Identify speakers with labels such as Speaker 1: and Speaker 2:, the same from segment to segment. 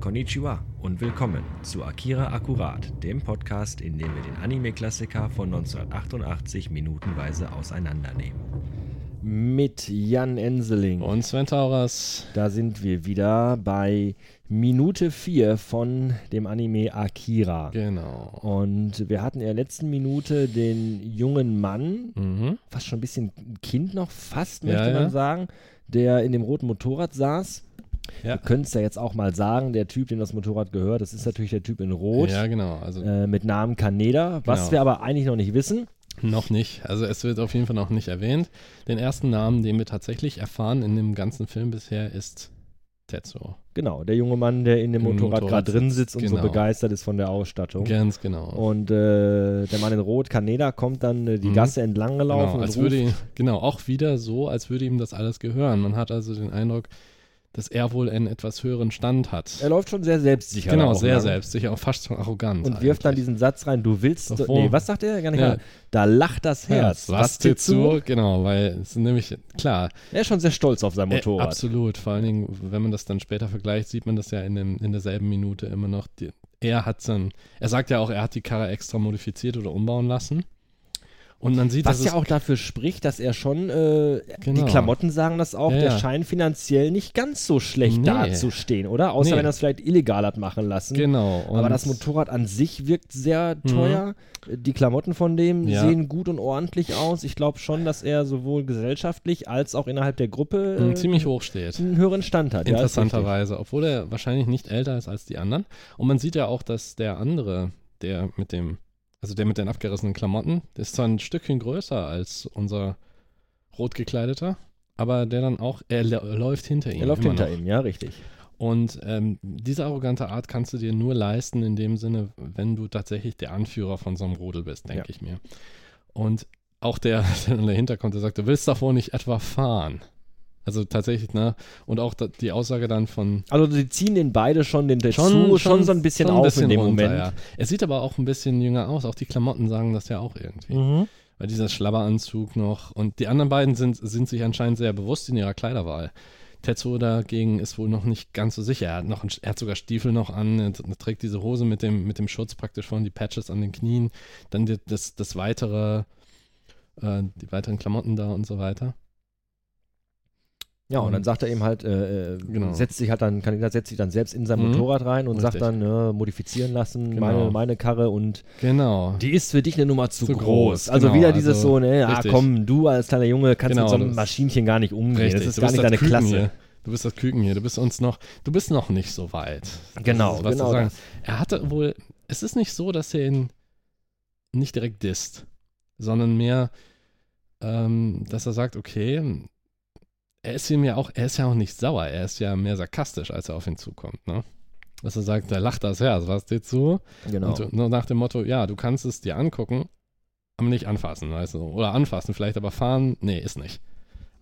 Speaker 1: Konnichiwa und willkommen zu Akira Akkurat, dem Podcast, in dem wir den Anime-Klassiker von 1988 minutenweise auseinandernehmen. Mit Jan Enseling.
Speaker 2: Und Sven Tauras.
Speaker 1: Da sind wir wieder bei Minute 4 von dem Anime Akira.
Speaker 2: Genau.
Speaker 1: Und wir hatten in der letzten Minute den jungen Mann,
Speaker 2: Mhm.
Speaker 1: fast schon ein bisschen Kind noch, fast
Speaker 2: Ja,
Speaker 1: möchte
Speaker 2: ja.
Speaker 1: man sagen, der in dem roten Motorrad saß.
Speaker 2: Ja.
Speaker 1: Wir können es ja jetzt auch mal sagen, der Typ, dem das Motorrad gehört, das ist natürlich der Typ in Rot
Speaker 2: Ja, genau. Also
Speaker 1: äh, mit Namen Kaneda, was
Speaker 2: Genau.
Speaker 1: wir aber eigentlich noch nicht wissen.
Speaker 2: noch nicht. Also es wird auf jeden Fall noch nicht erwähnt. Den ersten Namen, den wir tatsächlich erfahren in dem ganzen Film bisher, ist Tetsuo.
Speaker 1: Genau, der junge Mann, der in dem
Speaker 2: Im
Speaker 1: Motorrad
Speaker 2: Motorrad
Speaker 1: gerade drin sitzt und so
Speaker 2: genau.
Speaker 1: begeistert ist von der Ausstattung.
Speaker 2: Ganz genau.
Speaker 1: Und äh, der Mann in Rot, Kaneda, kommt dann äh, die
Speaker 2: Mhm.
Speaker 1: Gasse entlang gelaufen
Speaker 2: Genau,
Speaker 1: und
Speaker 2: als
Speaker 1: ruft,
Speaker 2: würde ihm, genau, auch wieder so, als würde ihm das alles gehören. Man hat also den Eindruck, dass er wohl einen etwas höheren Stand hat.
Speaker 1: er läuft schon sehr selbstsicher. da
Speaker 2: genau,
Speaker 1: auch
Speaker 2: sehr
Speaker 1: lang.
Speaker 2: selbstsicher, auch fast schon arrogant.
Speaker 1: Und wirft dann diesen Satz rein, du willst,
Speaker 2: Doch,
Speaker 1: do-
Speaker 2: wo-
Speaker 1: nee, was sagt er? Gar nicht
Speaker 2: Ja.
Speaker 1: wahr. Da lacht das Herz.
Speaker 2: Ja, was
Speaker 1: Tetsuo?
Speaker 2: Tetsuo? Genau, weil es ist nämlich, klar,
Speaker 1: Er ist schon sehr stolz auf sein
Speaker 2: Äh,
Speaker 1: Motorrad.
Speaker 2: absolut. Vor allen Dingen, wenn man das dann später vergleicht, sieht man das ja in, dem, in derselben Minute immer noch. Die, er hat dann, er sagt ja auch, er hat die Karre extra modifiziert oder umbauen lassen. Und man sieht,
Speaker 1: was
Speaker 2: dass
Speaker 1: ja
Speaker 2: es,
Speaker 1: auch dafür spricht, dass er schon, äh,
Speaker 2: Genau.
Speaker 1: die Klamotten sagen das auch,
Speaker 2: Ja,
Speaker 1: der
Speaker 2: ja.
Speaker 1: scheint finanziell nicht ganz so schlecht
Speaker 2: Nee.
Speaker 1: dazustehen, oder? Außer
Speaker 2: Nee.
Speaker 1: wenn er es vielleicht illegal hat machen lassen.
Speaker 2: genau. Und Mhm.
Speaker 1: Aber das Motorrad an sich wirkt sehr teuer. Die Klamotten von dem
Speaker 2: Ja.
Speaker 1: sehen gut und ordentlich aus. Ich glaube schon, dass er sowohl gesellschaftlich als auch innerhalb der Gruppe
Speaker 2: mh,
Speaker 1: äh,
Speaker 2: Mhm, ziemlich hoch steht.
Speaker 1: einen höheren Stand hat. Ja, ist richtig.
Speaker 2: Interessanterweise, obwohl er wahrscheinlich nicht älter ist als die anderen. Und man sieht ja auch, dass der andere, der mit dem, also der mit den abgerissenen Klamotten, der ist zwar ein Stückchen größer als unser rot gekleideter, aber der dann auch, er lä- läuft hinter ihm.
Speaker 1: Er läuft
Speaker 2: immer
Speaker 1: hinter
Speaker 2: noch.
Speaker 1: ihm, ja, richtig.
Speaker 2: Und ähm, diese arrogante Art kannst du dir nur leisten, in dem Sinne, wenn du tatsächlich der Anführer von so einem Rudel bist, denke
Speaker 1: Ja.
Speaker 2: ich mir. Und auch der, der dann dahinter kommt, der sagt, du willst doch wohl nicht etwa fahren. Also tatsächlich, ne? Und auch da, die Aussage dann von.
Speaker 1: Also sie ziehen den beide schon den Tetsuo schon, so ein bisschen
Speaker 2: schon
Speaker 1: auf in dem
Speaker 2: runter,
Speaker 1: Moment.
Speaker 2: Ja. Er sieht aber auch ein bisschen jünger aus. Auch die Klamotten sagen das ja auch irgendwie.
Speaker 1: Mhm.
Speaker 2: Weil dieser Schlabberanzug noch. Und die anderen beiden sind, sind sich anscheinend sehr bewusst in ihrer Kleiderwahl. Tetsuo dagegen ist wohl noch nicht ganz so sicher. Er hat, noch, einen- er hat sogar Stiefel noch an, er t- trägt diese Hose mit dem, mit dem Schutz praktisch von, die Patches an den Knien, dann die, das, das weitere, äh, die weiteren Klamotten da und so weiter.
Speaker 1: Ja, und dann
Speaker 2: Und-
Speaker 1: sagt er eben halt, äh, äh,
Speaker 2: Genau.
Speaker 1: setzt sich halt dann, Kandidat setzt sich dann selbst in sein
Speaker 2: Mhm.
Speaker 1: Motorrad rein und sagt
Speaker 2: Richtig.
Speaker 1: dann, äh, modifizieren lassen,
Speaker 2: Genau.
Speaker 1: meine, meine Karre und
Speaker 2: Genau.
Speaker 1: die ist für dich eine Nummer zu
Speaker 2: Zu
Speaker 1: groß.
Speaker 2: groß,
Speaker 1: Also
Speaker 2: genau,
Speaker 1: wieder dieses
Speaker 2: also-
Speaker 1: so, ne, ah
Speaker 2: richtig.
Speaker 1: komm, du als kleiner Junge kannst
Speaker 2: Genau,
Speaker 1: mit so einem
Speaker 2: das-
Speaker 1: Maschinchen gar nicht umgehen.
Speaker 2: Richtig,
Speaker 1: Das ist
Speaker 2: du
Speaker 1: gar
Speaker 2: bist
Speaker 1: nicht deine
Speaker 2: Küken
Speaker 1: Klasse.
Speaker 2: Hier. Du bist das Küken hier, du bist uns noch, du bist noch nicht so weit. Das
Speaker 1: Genau,
Speaker 2: ist, was
Speaker 1: genau
Speaker 2: zu sagen. Er hatte wohl, es ist nicht so, dass er ihn nicht direkt disst, sondern mehr, ähm, dass er sagt, okay, er ist ihm ja auch, er ist ja auch nicht sauer, er ist ja mehr sarkastisch, als er auf ihn zukommt, ne? Dass er sagt, da lacht das Herz, was dir zu?
Speaker 1: Genau.
Speaker 2: Und so ne, nach dem Motto, ja, du kannst es dir angucken, aber nicht anfassen, weißt du? Oder anfassen vielleicht, aber fahren, nee, ist nicht.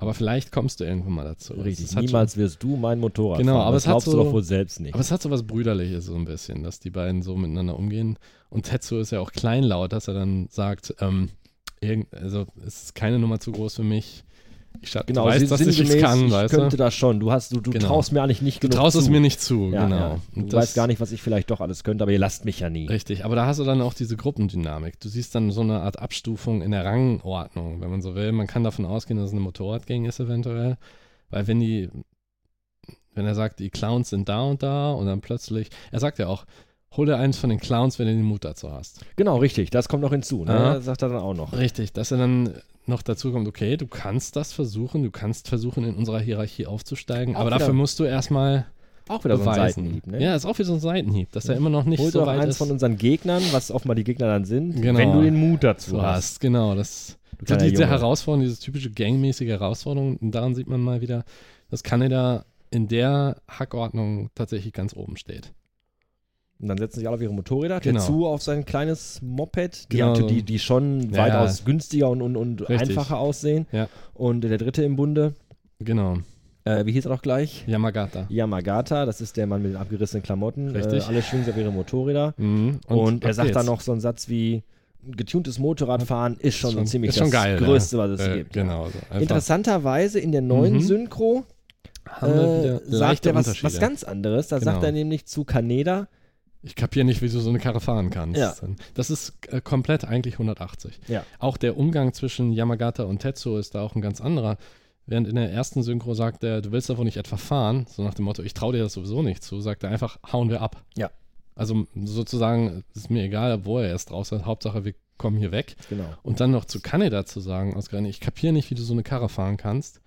Speaker 2: Aber vielleicht kommst du irgendwann mal dazu.
Speaker 1: Richtig,
Speaker 2: Es hat
Speaker 1: niemals wirst du mein Motorrad
Speaker 2: Genau,
Speaker 1: fahren.
Speaker 2: aber
Speaker 1: das
Speaker 2: es hat
Speaker 1: glaubst du
Speaker 2: so-
Speaker 1: doch wohl selbst nicht.
Speaker 2: Schon, aber es hat so was Brüderliches so ein bisschen, dass die beiden so miteinander umgehen. Und Tetsuo ist ja auch kleinlaut, dass er dann sagt, ähm, irgend, also es ist keine Nummer zu groß für mich. Ich scha-
Speaker 1: genau,
Speaker 2: du weißt,
Speaker 1: sin-
Speaker 2: dass ich es
Speaker 1: sinngemäß,
Speaker 2: kann,
Speaker 1: ich
Speaker 2: weißt
Speaker 1: könnte
Speaker 2: du?
Speaker 1: das schon. Du, hast, du, du
Speaker 2: Genau.
Speaker 1: traust mir eigentlich nicht
Speaker 2: Du
Speaker 1: genug
Speaker 2: traust
Speaker 1: zu.
Speaker 2: es mir nicht zu,
Speaker 1: Ja,
Speaker 2: genau.
Speaker 1: ja. Du
Speaker 2: Und
Speaker 1: weißt gar nicht, was ich vielleicht doch alles könnte, aber ihr lasst mich ja nie.
Speaker 2: Richtig, aber da hast du dann auch diese Gruppendynamik. Du siehst dann so eine Art Abstufung in der Rangordnung, wenn man so will. Man kann davon ausgehen, dass es eine Motorradgang ist eventuell, weil wenn die, wenn er sagt, die Clowns sind da und da und dann plötzlich, er sagt ja auch, hol dir eins von den Clowns, wenn du den Mut dazu hast.
Speaker 1: Genau, richtig, das kommt noch hinzu. Ne?
Speaker 2: Ja.
Speaker 1: Das sagt er dann auch noch.
Speaker 2: Richtig, dass er dann noch dazu kommt, okay, du kannst das versuchen, du kannst versuchen, in unserer Hierarchie aufzusteigen,
Speaker 1: Auch
Speaker 2: aber
Speaker 1: wieder-
Speaker 2: dafür musst du erstmal
Speaker 1: Auch wieder so ein
Speaker 2: beweisen.
Speaker 1: Seitenhieb. Ne?
Speaker 2: Ja, ist auch wieder so ein Seitenhieb, dass er immer noch nicht
Speaker 1: Hol
Speaker 2: so
Speaker 1: doch
Speaker 2: weit
Speaker 1: eins
Speaker 2: ist.
Speaker 1: von unseren Gegnern, was auch mal die Gegner dann sind,
Speaker 2: Genau.
Speaker 1: wenn du den Mut dazu
Speaker 2: du
Speaker 1: hast.
Speaker 2: hast. Genau, das so
Speaker 1: kleiner
Speaker 2: diese
Speaker 1: Junge.
Speaker 2: Herausforderung, diese typische gangmäßige Herausforderung, und daran sieht man mal wieder, dass Kanada in der Hackordnung tatsächlich ganz oben steht.
Speaker 1: Und dann setzen sich alle auf ihre Motorräder,
Speaker 2: Genau.
Speaker 1: dazu auf sein kleines Moped, die,
Speaker 2: Genau.
Speaker 1: natürlich- die, die schon
Speaker 2: Ja, ja.
Speaker 1: weitaus günstiger und, und, und
Speaker 2: Richtig.
Speaker 1: einfacher aussehen.
Speaker 2: Ja.
Speaker 1: Und der dritte im Bunde,
Speaker 2: Genau,
Speaker 1: äh, wie hieß er noch gleich?
Speaker 2: Yamagata.
Speaker 1: Yamagata, das ist der Mann mit den abgerissenen Klamotten.
Speaker 2: Richtig.
Speaker 1: Äh, alle schwingen sich auf ihre Motorräder.
Speaker 2: Mhm.
Speaker 1: Und, er
Speaker 2: ab
Speaker 1: sagt dann
Speaker 2: geht's.
Speaker 1: noch so einen Satz wie: getuntes Motorradfahren ist schon, so ziemlich
Speaker 2: ist schon
Speaker 1: das
Speaker 2: geil, ne?
Speaker 1: Größte, was es
Speaker 2: äh,
Speaker 1: gibt.
Speaker 2: Genau. So einfach,
Speaker 1: Interessanterweise in der neuen
Speaker 2: Mhm.
Speaker 1: Synchro äh,
Speaker 2: Haben wir wieder
Speaker 1: sagt
Speaker 2: leichte
Speaker 1: er was,
Speaker 2: Unterschiede.
Speaker 1: was ganz anderes. Da sagt
Speaker 2: Genau.
Speaker 1: er nämlich zu Kaneda,
Speaker 2: ich kapiere nicht, wieso so eine Karre fahren kann.
Speaker 1: Ja.
Speaker 2: Das ist äh, komplett eigentlich 180.
Speaker 1: Ja.
Speaker 2: Auch der Umgang zwischen Yamagata und Tetsuo ist da auch ein ganz anderer. Während in der ersten Synchro sagt er, du willst davon nicht etwa fahren, so nach dem Motto, ich traue dir das sowieso nicht zu, sagt er einfach, hauen wir ab.
Speaker 1: Ja.
Speaker 2: Also sozusagen, es ist mir egal, wo er jetzt draus ist, Hauptsache wir kommen hier weg.
Speaker 1: genau.
Speaker 2: Und dann noch zu Kanada zu sagen, ausgerechnet, ich kapiere nicht, wie du so eine Karre fahren kannst.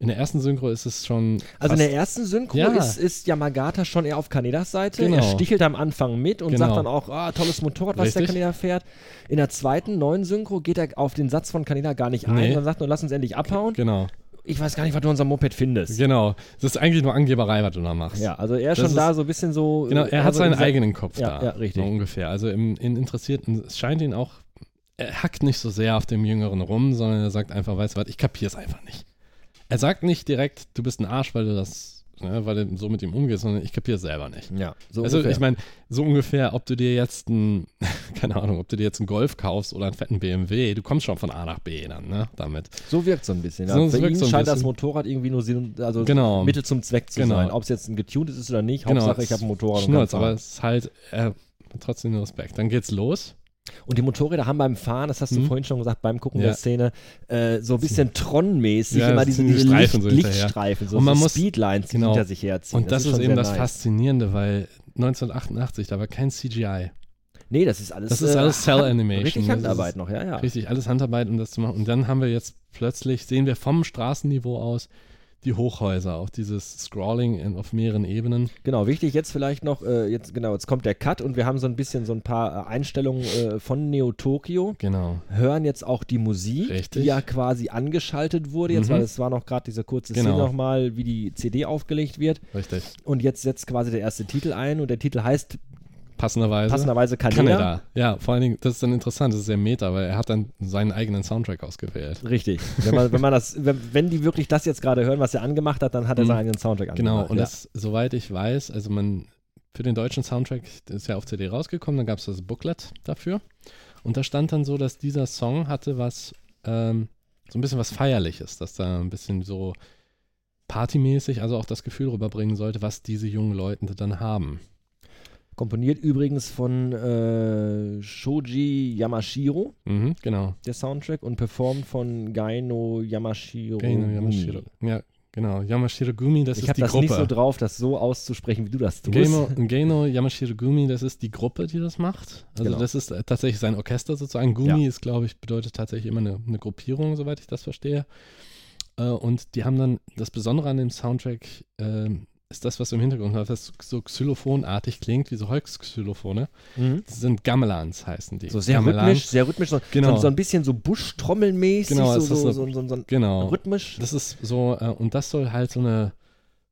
Speaker 2: In der ersten Synchro ist es schon.
Speaker 1: Also in
Speaker 2: fast-
Speaker 1: der ersten Synchro
Speaker 2: Ja.
Speaker 1: ist, ist Yamagata schon eher auf Kanedas Seite. Er
Speaker 2: Genau.
Speaker 1: stichelt am Anfang mit und
Speaker 2: Genau.
Speaker 1: sagt dann auch, ah, tolles Motorrad, was der
Speaker 2: Richtig.
Speaker 1: Kaneda fährt. In der zweiten, neuen Synchro geht er auf den Satz von Kaneda gar nicht ein,
Speaker 2: Nee.
Speaker 1: sondern sagt nur, lass uns endlich abhauen.
Speaker 2: Genau,
Speaker 1: Ich weiß gar nicht, was du an unserem Moped findest.
Speaker 2: genau. Das ist eigentlich nur Angeberei, was du da machst.
Speaker 1: Ja, also er
Speaker 2: Das
Speaker 1: schon
Speaker 2: ist-
Speaker 1: da so ein bisschen so.
Speaker 2: Genau,
Speaker 1: äh,
Speaker 2: er hat
Speaker 1: so
Speaker 2: seinen
Speaker 1: dieser-
Speaker 2: eigenen Kopf
Speaker 1: Ja,
Speaker 2: da.
Speaker 1: ja, richtig.
Speaker 2: So ungefähr. Also im, in Interessierten, es scheint ihn auch, er hackt nicht so sehr auf dem Jüngeren rum, sondern er sagt einfach, weißt du was, ich kapiere es einfach nicht. Er sagt nicht direkt, du bist ein Arsch, weil du das, ne, weil du so mit ihm umgehst, sondern ich kapiere es selber nicht.
Speaker 1: Ja, so
Speaker 2: also
Speaker 1: ungefähr.
Speaker 2: ich meine, so ungefähr, ob du dir jetzt einen, keine Ahnung, ob du dir jetzt einen Golf kaufst oder einen fetten BMW, du kommst schon von A nach B dann, ne, damit.
Speaker 1: so wirkt so ein bisschen. Ja.
Speaker 2: So- es
Speaker 1: Für ihn
Speaker 2: wirkt so ein
Speaker 1: scheint das
Speaker 2: bisschen.
Speaker 1: Motorrad irgendwie nur Sinn, also
Speaker 2: Genau.
Speaker 1: Mittel zum Zweck zu
Speaker 2: Genau.
Speaker 1: sein. Ob es jetzt ein getuntes ist oder nicht, Hauptsache ich habe ein Motorrad und
Speaker 2: Schnurz,
Speaker 1: kann
Speaker 2: aber
Speaker 1: fahren.
Speaker 2: es ist halt, äh, trotzdem den Respekt. Dann geht's los.
Speaker 1: Und die Motorräder haben beim Fahren, das hast du
Speaker 2: Hm.
Speaker 1: vorhin schon gesagt, beim Gucken
Speaker 2: Ja.
Speaker 1: der Szene, äh, so ein bisschen Tron-mäßig
Speaker 2: Ja,
Speaker 1: immer
Speaker 2: das
Speaker 1: diese,
Speaker 2: sind die
Speaker 1: diese
Speaker 2: Streifen
Speaker 1: Licht,
Speaker 2: so hinterher.
Speaker 1: Lichtstreifen, so,
Speaker 2: Und man
Speaker 1: so
Speaker 2: muss-
Speaker 1: Speedlines, die
Speaker 2: genau.
Speaker 1: hinter sich herziehen.
Speaker 2: Und das, ist,
Speaker 1: schon
Speaker 2: eben
Speaker 1: sehr
Speaker 2: das Faszinierende, weil 1988, da war kein CGI.
Speaker 1: Nee, das ist alles,
Speaker 2: Das ist alles Cell
Speaker 1: Hand-
Speaker 2: Animation.
Speaker 1: Richtig
Speaker 2: Das
Speaker 1: Handarbeit
Speaker 2: ist-
Speaker 1: noch, ja, ja.
Speaker 2: Richtig, alles Handarbeit, um das zu machen. Und dann haben wir jetzt plötzlich, sehen wir vom Straßenniveau aus die Hochhäuser, auch dieses Scrawling in, auf mehreren Ebenen.
Speaker 1: Genau, wichtig jetzt vielleicht noch, äh, jetzt genau, jetzt kommt der Cut und wir haben so ein bisschen so ein paar äh, Einstellungen äh, von Neo Tokyo.
Speaker 2: Genau.
Speaker 1: hören jetzt auch die Musik,
Speaker 2: Richtig.
Speaker 1: die ja quasi angeschaltet wurde. Jetzt
Speaker 2: Mhm.
Speaker 1: war es war noch gerade diese kurze
Speaker 2: Genau.
Speaker 1: Szene nochmal, wie die CD aufgelegt wird.
Speaker 2: Richtig.
Speaker 1: Und jetzt setzt quasi der erste Titel ein und der Titel heißt
Speaker 2: Also Passenderweise.
Speaker 1: passenderweise Kaneda.
Speaker 2: Kanada. Ja, vor allen Dingen, das ist dann interessant, das ist sehr meta, weil er hat dann seinen eigenen Soundtrack ausgewählt.
Speaker 1: Richtig. Wenn man, wenn man das, wenn, wenn die wirklich das jetzt gerade hören, was er angemacht hat, dann hat er
Speaker 2: Mhm.
Speaker 1: seinen eigenen Soundtrack
Speaker 2: Genau,
Speaker 1: angemacht.
Speaker 2: und
Speaker 1: Also ja.
Speaker 2: das, soweit ich weiß, also man, für den deutschen Soundtrack der ist ja auf CD rausgekommen, dann gab es das Booklet dafür. Und da stand dann so, dass dieser Song hatte was, ähm, so ein bisschen was Feierliches, dass da ein bisschen so partymäßig, also auch das Gefühl rüberbringen sollte, was diese jungen Leute dann haben.
Speaker 1: komponiert übrigens von äh, Shoji Yamashiro,
Speaker 2: Mhm, genau.
Speaker 1: der Soundtrack, und performt von Gaino Yamashiro.
Speaker 2: Genau, Yamashiro. Ja, genau. Yamashiro Gumi, das
Speaker 1: ich
Speaker 2: ist
Speaker 1: habe
Speaker 2: die
Speaker 1: das
Speaker 2: Gruppe.
Speaker 1: nicht so drauf, das so auszusprechen, wie du das tust.
Speaker 2: Geno, Geno Yamashiro Gumi, das ist die Gruppe, die das macht. Also
Speaker 1: Genau.
Speaker 2: das ist äh, tatsächlich sein Orchester sozusagen. Gumi ist, glaube ich, bedeutet tatsächlich immer eine, eine Gruppierung, soweit ich das verstehe. Äh, und die haben dann, das Besondere an dem Soundtrack ähm, ist das, was im Hintergrund läuft, das so xylophonartig klingt, wie so Holzxylophone.
Speaker 1: Mhm.
Speaker 2: Das sind Gamelans heißen die.
Speaker 1: So sehr
Speaker 2: Gamelans.
Speaker 1: rhythmisch, sehr rhythmisch, so,
Speaker 2: Genau.
Speaker 1: so, so ein bisschen so Buschtrommelmäßig,
Speaker 2: Genau,
Speaker 1: so,
Speaker 2: es ist
Speaker 1: so,
Speaker 2: eine-
Speaker 1: so, so, so ein
Speaker 2: Genau.
Speaker 1: rhythmisch.
Speaker 2: Das ist so, äh, und das soll halt so eine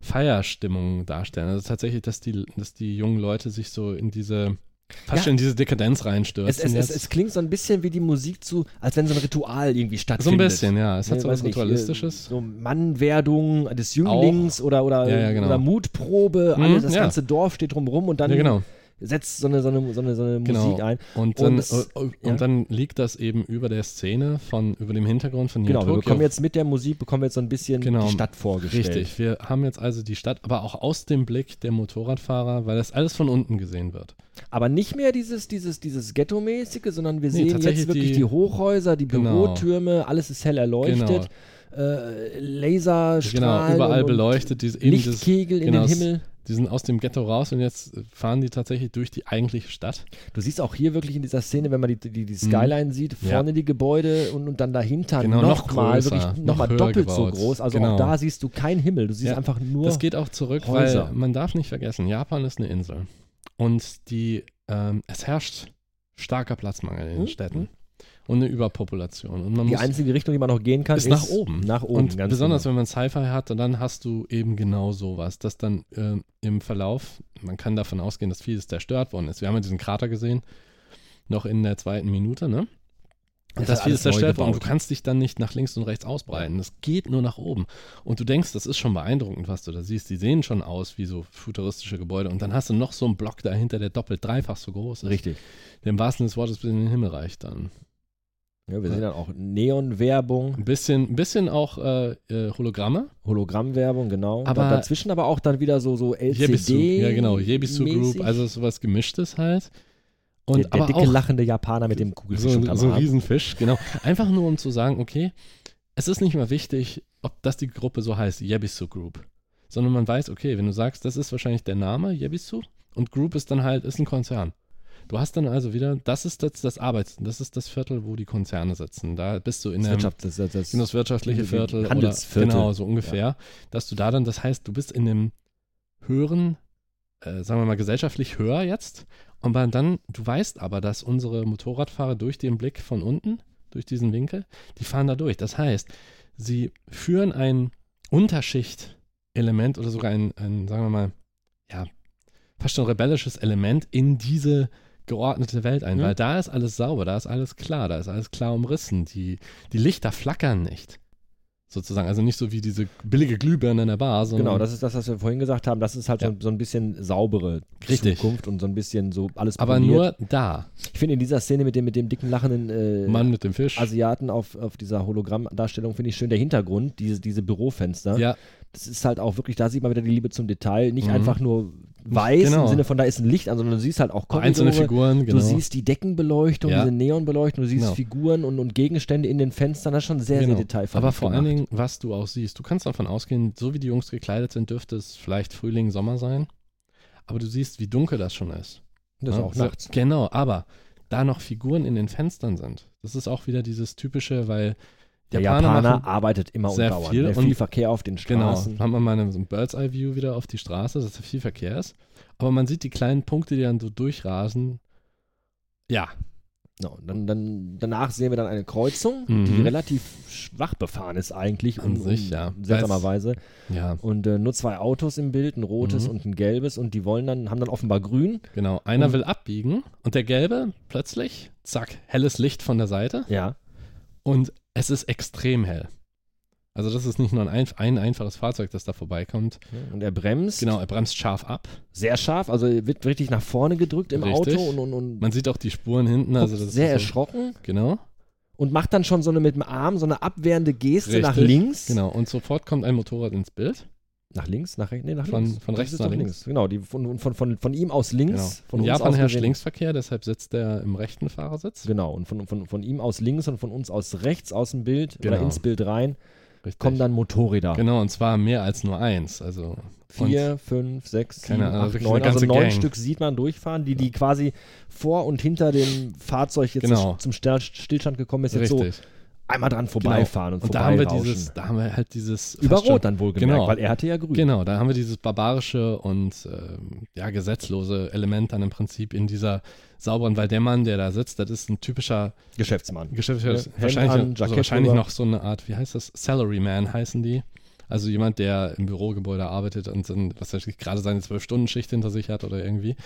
Speaker 2: Feierstimmung darstellen. Also tatsächlich, dass die, dass die jungen Leute sich so in diese, fast
Speaker 1: Ja.
Speaker 2: schon in diese Dekadenz reinstürzen.
Speaker 1: Es, es, es,
Speaker 2: jetzt.
Speaker 1: es klingt so ein bisschen wie die Musik zu, als wenn so ein Ritual irgendwie
Speaker 2: so ein
Speaker 1: stattfindet.
Speaker 2: bisschen, ja. Es hat
Speaker 1: Nee,
Speaker 2: so
Speaker 1: weiß
Speaker 2: was
Speaker 1: nicht,
Speaker 2: Ritualistisches.
Speaker 1: äh, So Mannwerdung des Jünglings oder, oder,
Speaker 2: Ja, ja, genau.
Speaker 1: oder Mutprobe.
Speaker 2: Mhm,
Speaker 1: alles, das
Speaker 2: ja.
Speaker 1: ganze Dorf steht drumrum und dann
Speaker 2: ja, genau.
Speaker 1: setzt so eine, so eine, so eine, so eine
Speaker 2: Genau.
Speaker 1: Musik ein.
Speaker 2: Und dann, äh,
Speaker 1: und es-
Speaker 2: und
Speaker 1: ja.
Speaker 2: dann liegt das eben über der Szene von, über dem Hintergrund von New
Speaker 1: Genau, wir
Speaker 2: Tokyo.
Speaker 1: bekommen jetzt mit der Musik, bekommen wir jetzt so ein bisschen
Speaker 2: Genau.
Speaker 1: die Stadt vorgestellt.
Speaker 2: Richtig, wir haben jetzt also die Stadt, aber auch aus dem Blick der Motorradfahrer, weil das alles von unten gesehen wird.
Speaker 1: Aber nicht mehr dieses, dieses, dieses Ghetto-mäßige, sondern wir
Speaker 2: Nee,
Speaker 1: sehen jetzt
Speaker 2: tatsächlich
Speaker 1: wirklich die,
Speaker 2: die-
Speaker 1: Hochhäuser, die
Speaker 2: Genau.
Speaker 1: Bürotürme, alles ist hell erleuchtet. Äh, Laserstrahlen.
Speaker 2: genau, überall
Speaker 1: und,
Speaker 2: beleuchtet, dieses,
Speaker 1: Und
Speaker 2: eben dieses,
Speaker 1: Lichtkegel in
Speaker 2: genau,
Speaker 1: den
Speaker 2: es-
Speaker 1: Himmel.
Speaker 2: die sind aus dem Ghetto raus und jetzt fahren die tatsächlich durch die eigentliche Stadt.
Speaker 1: Du siehst auch hier wirklich in dieser Szene, wenn man die, die, die Skyline sieht,
Speaker 2: Mhm. Ja.
Speaker 1: vorne die Gebäude und, und dann dahinter
Speaker 2: Genau, noch
Speaker 1: nochmal,
Speaker 2: größer,
Speaker 1: wirklich
Speaker 2: noch
Speaker 1: nochmal
Speaker 2: höher
Speaker 1: doppelt
Speaker 2: gebaut.
Speaker 1: so groß. Also auch
Speaker 2: Genau.
Speaker 1: da siehst du keinen Himmel, du siehst
Speaker 2: Ja,
Speaker 1: einfach nur.
Speaker 2: Das geht auch zurück,
Speaker 1: Häuser.
Speaker 2: weil man darf nicht vergessen, Japan ist eine Insel. Und die, ähm, es herrscht starker Platzmangel in den
Speaker 1: Mhm.
Speaker 2: Städten und eine Überpopulation. Und man
Speaker 1: die
Speaker 2: muss,
Speaker 1: einzige Richtung, die man noch gehen kann, ist,
Speaker 2: ist nach oben.
Speaker 1: Nach oben,
Speaker 2: und
Speaker 1: ganz
Speaker 2: besonders,
Speaker 1: genau.
Speaker 2: wenn man Sci-Fi hat, dann hast du eben genau sowas, dass dann ähm, im Verlauf, man kann davon ausgehen, dass vieles zerstört worden ist. Wir haben ja diesen Krater gesehen, noch in der zweiten Minute, ne?
Speaker 1: Das
Speaker 2: Und
Speaker 1: ist
Speaker 2: das vieles
Speaker 1: alles neu
Speaker 2: zerstört worden. Du
Speaker 1: gebaut.
Speaker 2: kannst dich dann nicht nach links und rechts ausbreiten. Das geht nur nach oben. Und du denkst, das ist schon beeindruckend, was du da siehst. Die sehen schon aus wie so futuristische Gebäude. Und dann hast du noch so einen Block dahinter, der doppelt, dreifach so groß ist.
Speaker 1: Richtig.
Speaker 2: Der im wahrsten Sinne des Wortes bis in den Himmel reicht dann.
Speaker 1: Ja, wir sehen dann auch Neon-Werbung,
Speaker 2: Ein bisschen, ein bisschen auch äh, äh, Hologramme.
Speaker 1: Hologramm-Werbung, genau.
Speaker 2: Aber-
Speaker 1: Da- dazwischen aber auch dann wieder so, so
Speaker 2: Jebisu,
Speaker 1: LCD.
Speaker 2: ja genau, Jebisu Group,
Speaker 1: mäßig.
Speaker 2: also sowas Gemischtes halt. Und
Speaker 1: der, der
Speaker 2: aber
Speaker 1: dicke
Speaker 2: auch
Speaker 1: lachende Japaner mit dem
Speaker 2: so,
Speaker 1: Kugelfisch
Speaker 2: so
Speaker 1: unterm
Speaker 2: ein
Speaker 1: Arm.
Speaker 2: Riesenfisch, genau. Einfach nur um zu sagen, okay, es ist nicht mal wichtig, ob das die Gruppe so heißt, Jebisu Group. Sondern man weiß, okay, wenn du sagst, das ist wahrscheinlich der Name, Jebisu, und Group ist dann halt, ist ein Konzern. Du hast dann also wieder, das ist das, das Arbeits, das ist das Viertel, wo die Konzerne sitzen. Da bist du in
Speaker 1: Das
Speaker 2: einem
Speaker 1: Wirtschaft, das, das, das,
Speaker 2: in das wirtschaftliche
Speaker 1: Irgendwie
Speaker 2: Viertel.
Speaker 1: Handelsviertel.
Speaker 2: Oder, genau, so ungefähr. Dass du da dann, das heißt, du bist in einem höheren, äh, sagen wir mal, gesellschaftlich höher jetzt. Und man dann, du weißt aber, dass unsere Motorradfahrer durch den Blick von unten, durch diesen Winkel, die fahren da durch. Das heißt, sie führen ein Unterschichtelement oder sogar ein, ein, sagen wir mal, ja, fast schon rebellisches Element in diese geordnete Welt ein,
Speaker 1: Mhm.
Speaker 2: weil da ist alles sauber, da ist alles klar, da ist alles klar umrissen, die, die Lichter flackern nicht. Sozusagen, also nicht so wie diese billige Glühbirne in der Bar, sondern
Speaker 1: Genau, das ist das, was wir vorhin gesagt haben. Das ist halt
Speaker 2: Ja.
Speaker 1: so, so ein bisschen saubere
Speaker 2: Richtig.
Speaker 1: Zukunft und so ein bisschen so alles
Speaker 2: aber
Speaker 1: poliert.
Speaker 2: nur da.
Speaker 1: Ich finde in dieser Szene mit dem, mit dem dicken lachenden äh,
Speaker 2: Mann mit dem Fisch.
Speaker 1: Asiaten auf, auf dieser Hologrammdarstellung finde ich schön. Der Hintergrund, diese, diese Bürofenster,
Speaker 2: ja,
Speaker 1: das ist halt auch wirklich, da sieht man wieder die Liebe zum Detail. Nicht
Speaker 2: Mhm.
Speaker 1: einfach nur weiß
Speaker 2: Genau.
Speaker 1: im Sinne von da ist ein Licht an, sondern du siehst halt auch Korridore.
Speaker 2: einzelne Figuren, genau.
Speaker 1: Du siehst die Deckenbeleuchtung,
Speaker 2: Ja.
Speaker 1: diese Neonbeleuchtung, du siehst
Speaker 2: Genau.
Speaker 1: Figuren und, und Gegenstände in den Fenstern. Das ist schon sehr,
Speaker 2: Genau.
Speaker 1: sehr detailverliebt
Speaker 2: Aber vor
Speaker 1: gemacht.
Speaker 2: allen Dingen, was du auch siehst, du kannst davon ausgehen, so wie die Jungs gekleidet sind, dürfte es vielleicht Frühling, Sommer sein. Aber du siehst, wie dunkel das schon ist.
Speaker 1: das ist
Speaker 2: Ja,
Speaker 1: auch
Speaker 2: so-
Speaker 1: nachts.
Speaker 2: Genau, aber da noch Figuren in den Fenstern sind. Das ist auch wieder dieses typische, weil
Speaker 1: Der
Speaker 2: Japaner
Speaker 1: Japaner,
Speaker 2: machen-
Speaker 1: arbeitet immer und
Speaker 2: sehr
Speaker 1: dauernd.
Speaker 2: viel
Speaker 1: ne?
Speaker 2: und-
Speaker 1: viel Verkehr auf den
Speaker 2: Genau,
Speaker 1: Straßen.
Speaker 2: da haben wir mal eine, so ein Bird's Eye View wieder auf die Straße, dass da viel Verkehr ist. Aber man sieht die kleinen Punkte, die dann so durchrasen. Ja,
Speaker 1: Ja, und dann, dann, danach sehen wir dann eine Kreuzung, die
Speaker 2: Mhm.
Speaker 1: relativ schwach befahren ist eigentlich. um,
Speaker 2: An sich, ja.
Speaker 1: Seltsamerweise.
Speaker 2: ja,
Speaker 1: Und äh, nur zwei Autos im Bild, ein rotes
Speaker 2: Mhm.
Speaker 1: und ein gelbes. Und die wollen dann, haben dann offenbar grün.
Speaker 2: genau. Einer
Speaker 1: Und-
Speaker 2: will abbiegen und der Gelbe plötzlich, zack, helles Licht von der Seite
Speaker 1: Ja.
Speaker 2: und es ist extrem hell. Also das ist nicht nur ein, einf- ein einfaches Fahrzeug, das da vorbeikommt.
Speaker 1: Und er bremst
Speaker 2: Genau, er bremst scharf ab.
Speaker 1: sehr scharf, also er wird richtig nach vorne gedrückt im
Speaker 2: Richtig.
Speaker 1: Auto und, und, und
Speaker 2: Man sieht auch die Spuren hinten. Also das
Speaker 1: guckt sehr
Speaker 2: ist so,
Speaker 1: erschrocken
Speaker 2: Genau.
Speaker 1: und macht dann schon so eine mit dem Arm, so eine abwehrende Geste nach
Speaker 2: Richtig,
Speaker 1: links.
Speaker 2: Genau, und sofort kommt ein Motorrad ins Bild.
Speaker 1: Nach links, nach rechts, nee, nach
Speaker 2: Von-
Speaker 1: links.
Speaker 2: von
Speaker 1: Das
Speaker 2: rechts
Speaker 1: ist
Speaker 2: nach
Speaker 1: doch
Speaker 2: links.
Speaker 1: Genau, die, von, von, von, von ihm aus links.
Speaker 2: Genau.
Speaker 1: Von
Speaker 2: In
Speaker 1: uns
Speaker 2: Japan
Speaker 1: aus
Speaker 2: herrscht
Speaker 1: gesehen-
Speaker 2: Linksverkehr, deshalb sitzt er im rechten Fahrersitz.
Speaker 1: Genau, und von, von, von ihm aus links und von uns aus rechts aus dem Bild
Speaker 2: Genau.
Speaker 1: oder ins Bild rein
Speaker 2: Richtig.
Speaker 1: kommen dann Motorräder.
Speaker 2: genau, und zwar mehr als nur eins. Also
Speaker 1: Vier, fünf, sechs, sieben,
Speaker 2: Keine Ahnung,
Speaker 1: acht,
Speaker 2: wirklich
Speaker 1: neun.
Speaker 2: eine
Speaker 1: Also
Speaker 2: ganze
Speaker 1: neun
Speaker 2: Gang.
Speaker 1: Stück sieht man durchfahren, die, die quasi vor und hinter dem Fahrzeug jetzt
Speaker 2: Genau.
Speaker 1: zum Stern- Stillstand gekommen ist, jetzt so
Speaker 2: richtig. Genau.
Speaker 1: einmal dran vorbeifahren und,
Speaker 2: und da haben wir
Speaker 1: vorbeirauschen.
Speaker 2: dieses, da haben wir halt dieses fast
Speaker 1: Über
Speaker 2: schon-
Speaker 1: Rot dann wohl gemerkt,
Speaker 2: Genau.
Speaker 1: weil er hatte ja grün.
Speaker 2: Genau, da haben wir dieses barbarische und ähm, ja, gesetzlose Element dann im Prinzip in dieser sauberen, weil der Mann, der da sitzt, das ist ein typischer
Speaker 1: Geschäftsmann.
Speaker 2: Geschäftsführer,
Speaker 1: Ja,
Speaker 2: wahrscheinlich,
Speaker 1: Hemd an,
Speaker 2: also
Speaker 1: Jackett
Speaker 2: wahrscheinlich
Speaker 1: drüber.
Speaker 2: noch so eine Art, wie heißt das? Salaryman heißen die. Also jemand, der im Bürogebäude arbeitet und dann, was weiß ich, gerade seine Zwölf-Stunden-Schicht hinter sich hat oder irgendwie.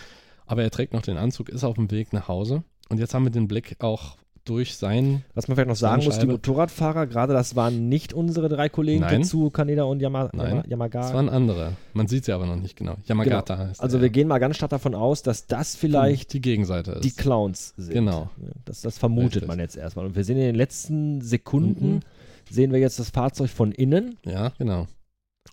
Speaker 2: Aber er trägt noch den Anzug, ist auf dem Weg nach Hause. Und jetzt haben wir den Blick auch durch sein,
Speaker 1: Was man vielleicht noch sagen muss, die
Speaker 2: Scheibe.
Speaker 1: Motorradfahrer, gerade das waren nicht unsere drei Kollegen
Speaker 2: Nein.
Speaker 1: dazu, Kaneda und Yama,
Speaker 2: Nein.
Speaker 1: Yama,
Speaker 2: das
Speaker 1: Yamaga.
Speaker 2: waren andere. Man sieht sie aber noch nicht genau. Yamagata heißt
Speaker 1: Also
Speaker 2: er.
Speaker 1: wir gehen mal ganz stark davon aus, dass das vielleicht
Speaker 2: die Gegenseite ist.
Speaker 1: die Clowns sind.
Speaker 2: Genau.
Speaker 1: Das, das vermutet
Speaker 2: Richtig. Mhm.
Speaker 1: man jetzt erstmal. Und wir sehen in den letzten Sekunden, sehen wir jetzt das Fahrzeug von innen
Speaker 2: Ja, genau.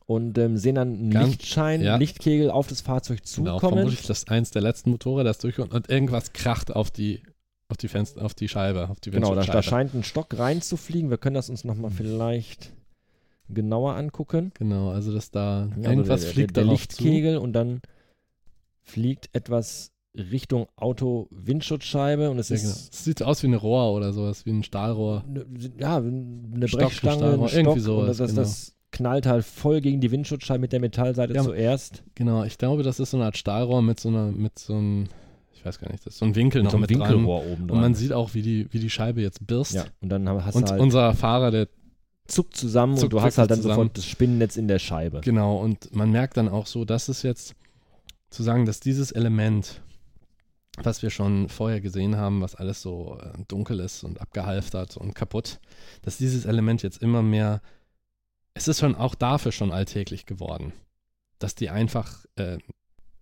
Speaker 1: und ähm, sehen dann einen
Speaker 2: Ganz-
Speaker 1: Lichtschein,
Speaker 2: ja.
Speaker 1: Lichtkegel auf das Fahrzeug
Speaker 2: Genau,
Speaker 1: zukommen.
Speaker 2: vermutlich das eins der letzten Motorräder, das durchkommt und irgendwas kracht auf die, auf die Fenster, auf die Scheibe, Mhm. auf die
Speaker 1: Genau, da, da
Speaker 2: Windschutzscheibe.
Speaker 1: scheint ein Stock reinzufliegen. Wir können das uns nochmal vielleicht genauer angucken.
Speaker 2: Genau, also dass da
Speaker 1: Also
Speaker 2: irgendwas
Speaker 1: der,
Speaker 2: fliegt
Speaker 1: der, der
Speaker 2: darauf
Speaker 1: Lichtkegel und dann fliegt etwas Richtung Auto-Windschutzscheibe und es
Speaker 2: zu. Ja, genau.
Speaker 1: ist
Speaker 2: Es sieht aus wie ein Rohr oder sowas, wie ein Stahlrohr.
Speaker 1: ne, ja, eine
Speaker 2: Stock,
Speaker 1: Brechstange,
Speaker 2: Stahlrohr,
Speaker 1: ein Stock
Speaker 2: irgendwie
Speaker 1: und
Speaker 2: sowas,
Speaker 1: das, das,
Speaker 2: genau.
Speaker 1: das knallt halt voll gegen die Windschutzscheibe mit der Metallseite
Speaker 2: Ja, aber-
Speaker 1: zuerst.
Speaker 2: Genau, ich glaube, das ist so eine Art Stahlrohr mit so einer, mit so einem, ich weiß gar nicht, das ist so ein Winkel noch genau, mit dran.
Speaker 1: oben
Speaker 2: Und man sieht auch, wie die, wie die Scheibe jetzt birst.
Speaker 1: ja, und dann hast
Speaker 2: Und
Speaker 1: du halt
Speaker 2: unser Fahrer, der,
Speaker 1: zuckt zusammen
Speaker 2: zuckt
Speaker 1: und du hast halt dann
Speaker 2: wirklich zusammen.
Speaker 1: sofort das Spinnennetz in der Scheibe.
Speaker 2: genau, und man merkt dann auch so, dass es jetzt, zu sagen, dass dieses Element, was wir schon vorher gesehen haben, was alles so äh, dunkel ist und abgehalftert und kaputt, dass dieses Element jetzt immer mehr, es ist schon auch dafür schon alltäglich geworden, dass die einfach äh,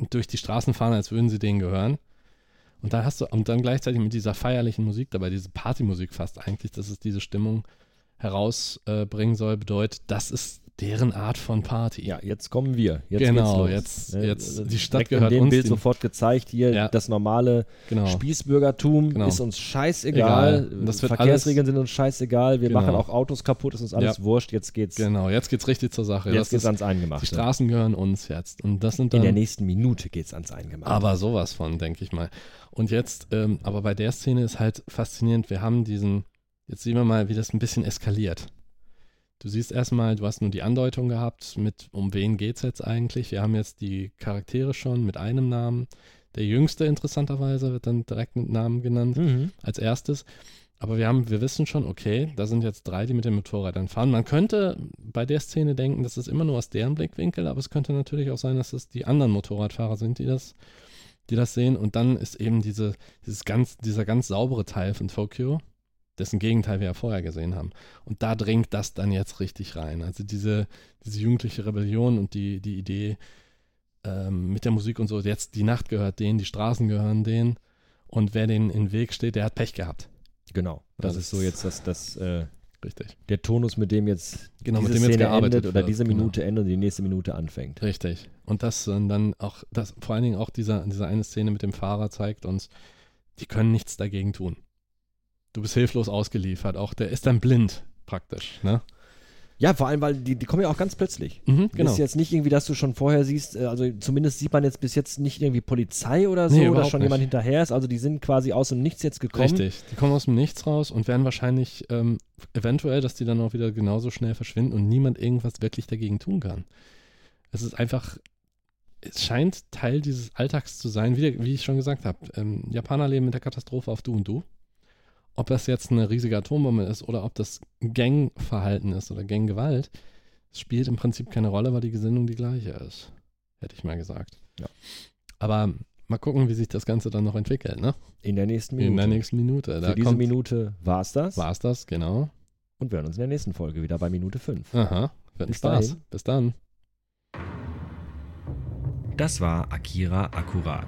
Speaker 2: durch die Straßen fahren, als würden sie denen gehören. Und da hast du, und dann gleichzeitig mit dieser feierlichen Musik dabei, diese Partymusik fast eigentlich, dass es diese Stimmung herausbringen äh, soll, bedeutet, das ist deren Art von Party.
Speaker 1: Ja, jetzt kommen wir. Jetzt
Speaker 2: genau,
Speaker 1: geht's
Speaker 2: jetzt,
Speaker 1: los.
Speaker 2: jetzt,
Speaker 1: Äh,
Speaker 2: die Stadt
Speaker 1: direkt in
Speaker 2: gehört
Speaker 1: dem
Speaker 2: uns.
Speaker 1: Bild
Speaker 2: die-
Speaker 1: sofort gezeigt, hier
Speaker 2: Ja.
Speaker 1: das normale
Speaker 2: genau.
Speaker 1: Spießbürgertum
Speaker 2: Genau.
Speaker 1: ist uns scheißegal.
Speaker 2: Egal. Das wird
Speaker 1: Verkehrsregeln sind uns scheißegal. Wir
Speaker 2: Genau.
Speaker 1: machen auch Autos kaputt, ist uns alles
Speaker 2: Ja.
Speaker 1: wurscht. Jetzt geht's,
Speaker 2: Genau, jetzt geht's richtig zur Sache.
Speaker 1: jetzt
Speaker 2: Das
Speaker 1: geht's
Speaker 2: ist,
Speaker 1: ans
Speaker 2: die
Speaker 1: Eingemachte.
Speaker 2: Straßen gehören uns jetzt. Und das sind
Speaker 1: In
Speaker 2: dann
Speaker 1: der nächsten Minute geht's ans Eingemachte.
Speaker 2: Aber sowas von, denke ich mal. Und jetzt, ähm, aber bei der Szene ist halt faszinierend, wir haben diesen, jetzt sehen wir mal, wie das ein bisschen eskaliert. Du siehst erstmal, du hast nur die Andeutung gehabt, mit um wen geht's jetzt eigentlich. Wir haben jetzt die Charaktere schon mit einem Namen. Der jüngste interessanterweise wird dann direkt mit Namen genannt
Speaker 1: Mhm.
Speaker 2: als erstes. Aber wir haben, wir wissen schon, okay, da sind jetzt drei, die mit dem Motorrad dann fahren. Man könnte bei der Szene denken, das ist immer nur aus deren Blickwinkel, aber es könnte natürlich auch sein, dass es die anderen Motorradfahrer sind, die das, die das sehen. Und dann ist eben diese, dieses ganz, dieser ganz saubere Teil von Tokio, dessen Gegenteil wir ja vorher gesehen haben. Und da dringt das dann jetzt richtig rein. Also diese, diese jugendliche Rebellion und die, die Idee ähm, mit der Musik und so, jetzt die Nacht gehört denen, die Straßen gehören denen. Und wer denen im Weg steht, der hat Pech gehabt.
Speaker 1: Genau. Das
Speaker 2: Das
Speaker 1: ist so
Speaker 2: ist-
Speaker 1: jetzt das, das, äh,
Speaker 2: Richtig.
Speaker 1: der Tonus, mit dem jetzt
Speaker 2: Genau,
Speaker 1: diese
Speaker 2: mit dem jetzt
Speaker 1: Szene
Speaker 2: gearbeitet
Speaker 1: endet oder
Speaker 2: wird,
Speaker 1: diese
Speaker 2: genau.
Speaker 1: Minute endet und die nächste Minute anfängt.
Speaker 2: Richtig. Und das sind dann auch, das, vor allen Dingen auch dieser, diese eine Szene mit dem Fahrer zeigt uns, die können nichts dagegen tun. Du bist hilflos ausgeliefert. Auch der ist dann blind, praktisch. Ne?
Speaker 1: Ja, vor allem, weil die, die kommen ja auch ganz plötzlich.
Speaker 2: Mhm,
Speaker 1: Ist jetzt nicht irgendwie, dass du schon vorher siehst, äh, also zumindest sieht man jetzt bis jetzt nicht irgendwie Polizei oder so,
Speaker 2: Nee,
Speaker 1: oder
Speaker 2: überhaupt
Speaker 1: schon
Speaker 2: nicht.
Speaker 1: jemand hinterher ist. Also die sind quasi aus dem Nichts jetzt gekommen.
Speaker 2: Richtig. Die kommen aus dem Nichts raus und werden wahrscheinlich ähm, eventuell, dass die dann auch wieder genauso schnell verschwinden und niemand irgendwas wirklich dagegen tun kann. Es ist einfach, es scheint Teil dieses Alltags zu sein, wie, wie ich schon gesagt habe. Ähm, Japaner leben mit der Katastrophe auf Du und Du. Ob das jetzt eine riesige Atombombe ist oder ob das Gangverhalten ist oder Ganggewalt, es spielt im Prinzip keine Rolle, weil die Gesinnung die gleiche ist. Hätte ich mal gesagt.
Speaker 1: Ja.
Speaker 2: Aber mal gucken, wie sich das Ganze dann noch entwickelt, ne?
Speaker 1: In der nächsten
Speaker 2: In
Speaker 1: Minute.
Speaker 2: der nächsten Minute. Da
Speaker 1: Für diese
Speaker 2: kommt,
Speaker 1: Minute war's das.
Speaker 2: war's das, genau.
Speaker 1: Und wir hören uns in der nächsten Folge wieder bei Minute 5.
Speaker 2: Aha. Wird ein
Speaker 1: Bis
Speaker 2: Spaß.
Speaker 1: dahin.
Speaker 2: Bis dann.
Speaker 1: Das war Akira Akkurat.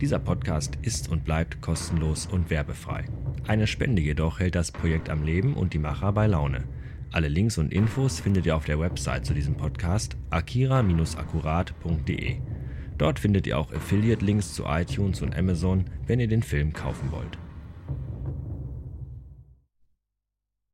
Speaker 1: Dieser Podcast ist und bleibt kostenlos und werbefrei. Eine Spende jedoch hält das Projekt am Leben und die Macher bei Laune. Alle Links und Infos findet ihr auf der Website zu diesem Podcast akira-akkurat.de. Dort findet ihr auch Affiliate-Links zu iTunes und Amazon, wenn ihr den Film kaufen wollt.